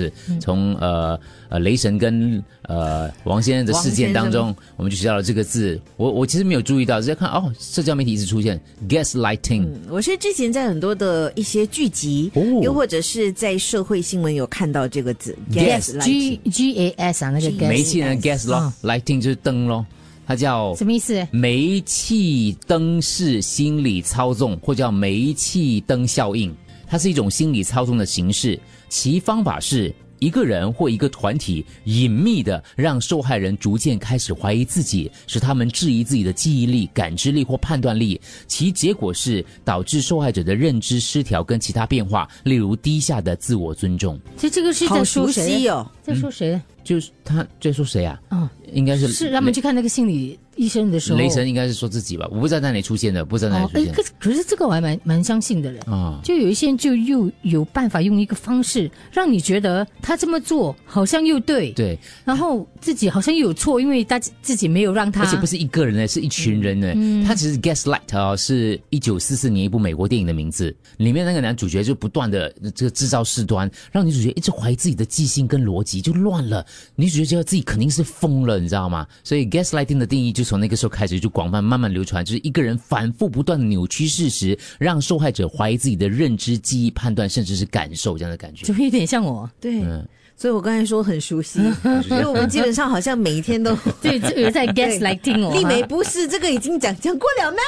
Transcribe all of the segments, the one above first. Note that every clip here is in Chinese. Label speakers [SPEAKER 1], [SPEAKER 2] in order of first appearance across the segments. [SPEAKER 1] 是从呃呃雷神跟呃王先生的事件当中，我们就学到了这个字。我我其实没有注意到，只是看哦，社交媒体一直出现 gaslighting，
[SPEAKER 2] 我是之前在很多的一些剧集，
[SPEAKER 1] 哦
[SPEAKER 2] 又或者是在社会新闻有看到这个字
[SPEAKER 1] Yes，
[SPEAKER 2] gaslighting
[SPEAKER 3] G G A S 啊，那个
[SPEAKER 2] G-
[SPEAKER 3] gas
[SPEAKER 1] 煤气人 gas 咯
[SPEAKER 3] 嗯
[SPEAKER 1] ，lighting 就是灯咯，它叫
[SPEAKER 3] 什么意思？
[SPEAKER 1] 煤气灯式心理操纵，或叫煤气灯效应，它是一种心理操纵的形式，其方法是。一个人或一个团体隐秘的让受害人逐渐开始怀疑自己，使他们质疑自己的记忆力、感知力或判断力，其结果是导致受害者的认知失调跟其他变化，例如低下的自我尊重。
[SPEAKER 3] 这这个是
[SPEAKER 2] 好
[SPEAKER 3] 在
[SPEAKER 2] 熟
[SPEAKER 3] 说
[SPEAKER 2] 悉
[SPEAKER 1] 啊
[SPEAKER 3] 谁？
[SPEAKER 2] 哦，
[SPEAKER 3] 啊在说谁？
[SPEAKER 1] 就是他在说谁啊？
[SPEAKER 3] 嗯，
[SPEAKER 1] 应该是
[SPEAKER 3] 是他们去看那个心理医生的时候。
[SPEAKER 1] 雷神，应该是说自己吧？我不知道在哪里出现的，不知道在哪
[SPEAKER 3] 哦
[SPEAKER 1] 里，出
[SPEAKER 3] 哎
[SPEAKER 1] 现，的
[SPEAKER 3] 可是可是这个我还蛮蛮相信的嘞。
[SPEAKER 1] 啊。
[SPEAKER 3] 就有一些人就又有办法用一个方式让你觉得他这么做好像又对，
[SPEAKER 1] 对，
[SPEAKER 3] 然后自己好像又有错，因为他自己没有让他，
[SPEAKER 1] 而且不是一个人欸呢，是一群人呢。他其实《Gaslight》啊，是一九四四年一部美国电影的名字，里面那个男主角就不断的这个制造事端，让女主角一直怀疑自己的记性跟逻辑，就乱了。女主角觉得自己肯定是疯了，你知道吗？所以 gaslighting 的定义就从那个时候开始就广泛慢慢流传，就是一个人反复不断的扭曲事实，让受害者怀疑自己的认知、记忆、判断，甚至是感受这样的感觉
[SPEAKER 3] 就。有点 像我。
[SPEAKER 2] 对，
[SPEAKER 3] 嗯
[SPEAKER 2] 所以我刚才说很熟 悉，因为我们基本上好像每一天都。
[SPEAKER 3] 对，这有在
[SPEAKER 2] 对
[SPEAKER 3] gaslighting 我。
[SPEAKER 2] 丽梅不是这个已经讲讲过了 吗？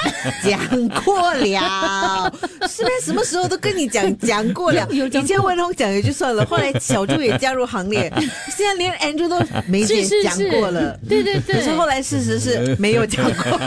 [SPEAKER 2] 讲过了，是不是什么时候都跟你 讲讲过了？
[SPEAKER 3] 有有讲过
[SPEAKER 2] 以前文宏讲也就算 了，后来小猪也加入行列，现在连 Andrew 都没
[SPEAKER 3] 是是
[SPEAKER 2] 讲
[SPEAKER 3] 是
[SPEAKER 2] 过了。
[SPEAKER 3] 对对
[SPEAKER 2] 可
[SPEAKER 3] 对，
[SPEAKER 2] 是后来事实是没有讲 过，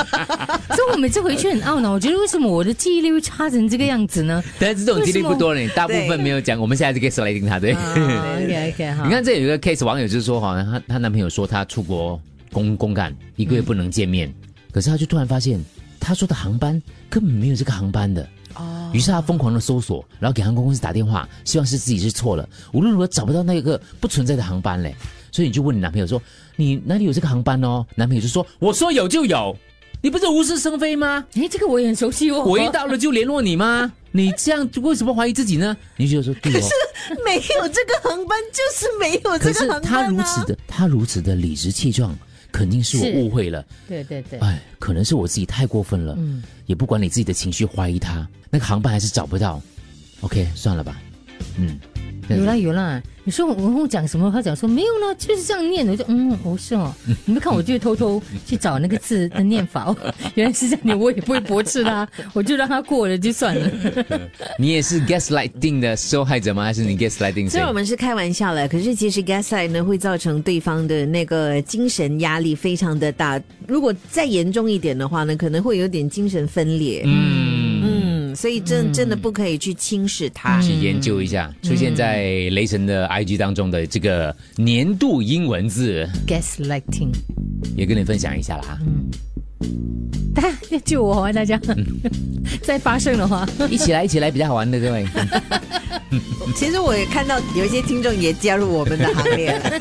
[SPEAKER 3] 所以我每次回去很懊恼，我觉得为什么我的记忆力会差成这个样子呢？
[SPEAKER 1] 但是这种经历不多了，你大部
[SPEAKER 2] 对
[SPEAKER 1] 分没有讲，我们现在就 gaslighting 他，对。
[SPEAKER 3] 啊，OK OK 哈，
[SPEAKER 1] 你看这有一个 case，网友就说，好像她她男朋友说她出国公公干，一个月不能见
[SPEAKER 3] 嗯
[SPEAKER 1] 面，可是她就突然发现，她说的航班根本没有这个航班的。哦，于是她疯狂的搜索，然后给航空公司打电话，希望是自己是错了。无论如何找不到那个不存在的航班嘞，所以你就问你男朋友说，你哪里有这个航班哦？男朋友就说，我说有就有，你不是无事生非吗？
[SPEAKER 3] 哎，这个我也很熟悉哦。
[SPEAKER 1] 我一到了就联络你吗？你这样为什么怀疑自己呢？你就说对哦。
[SPEAKER 2] 没有这个航班就是没有
[SPEAKER 1] 可
[SPEAKER 2] 这
[SPEAKER 1] 是
[SPEAKER 2] 个航
[SPEAKER 1] 他
[SPEAKER 2] 班
[SPEAKER 1] 如
[SPEAKER 2] 啊
[SPEAKER 1] 此。的，他如此的理直气壮，肯定是我
[SPEAKER 3] 是
[SPEAKER 1] 误会了。
[SPEAKER 3] 对对对，
[SPEAKER 1] 哎，可能是我自己太过分了，
[SPEAKER 2] 嗯
[SPEAKER 1] 也不管你自己的情绪，怀疑他那个航班还是找不到。OK，算了吧，嗯，这样
[SPEAKER 3] 有
[SPEAKER 1] 子
[SPEAKER 3] 啦有啦。你说我我讲什么？他讲说没有啦，就是这样念的。我就嗯，不是哦。你们看，我就偷偷去找那个字的念法，哦， 原来是这样念，我也不会驳斥他， 我就让他过了就算了。
[SPEAKER 1] 你也是 gaslighting 的受害者吗？还是你 gaslighting 谁
[SPEAKER 2] 虽然？我们是开玩笑了，可是其实 gaslight 呢会造成对方的那个精神压力非常的大。如果再严重一点的话呢，可能会有点精神分裂。
[SPEAKER 1] 嗯，
[SPEAKER 2] 嗯，所以真真的不可以去轻视它。
[SPEAKER 1] 去研究一下
[SPEAKER 2] 嗯
[SPEAKER 1] 出现在雷神的 IG 当中的这个年度英文字，
[SPEAKER 3] Gaslighting，
[SPEAKER 1] 也跟你分享一下啦。
[SPEAKER 2] 嗯
[SPEAKER 3] 大家要救我啊！大家 再发生的话，
[SPEAKER 1] 一起来，一起来，比较好玩的各位。
[SPEAKER 2] 其实我也看到有一些听众也加入我们的行列了。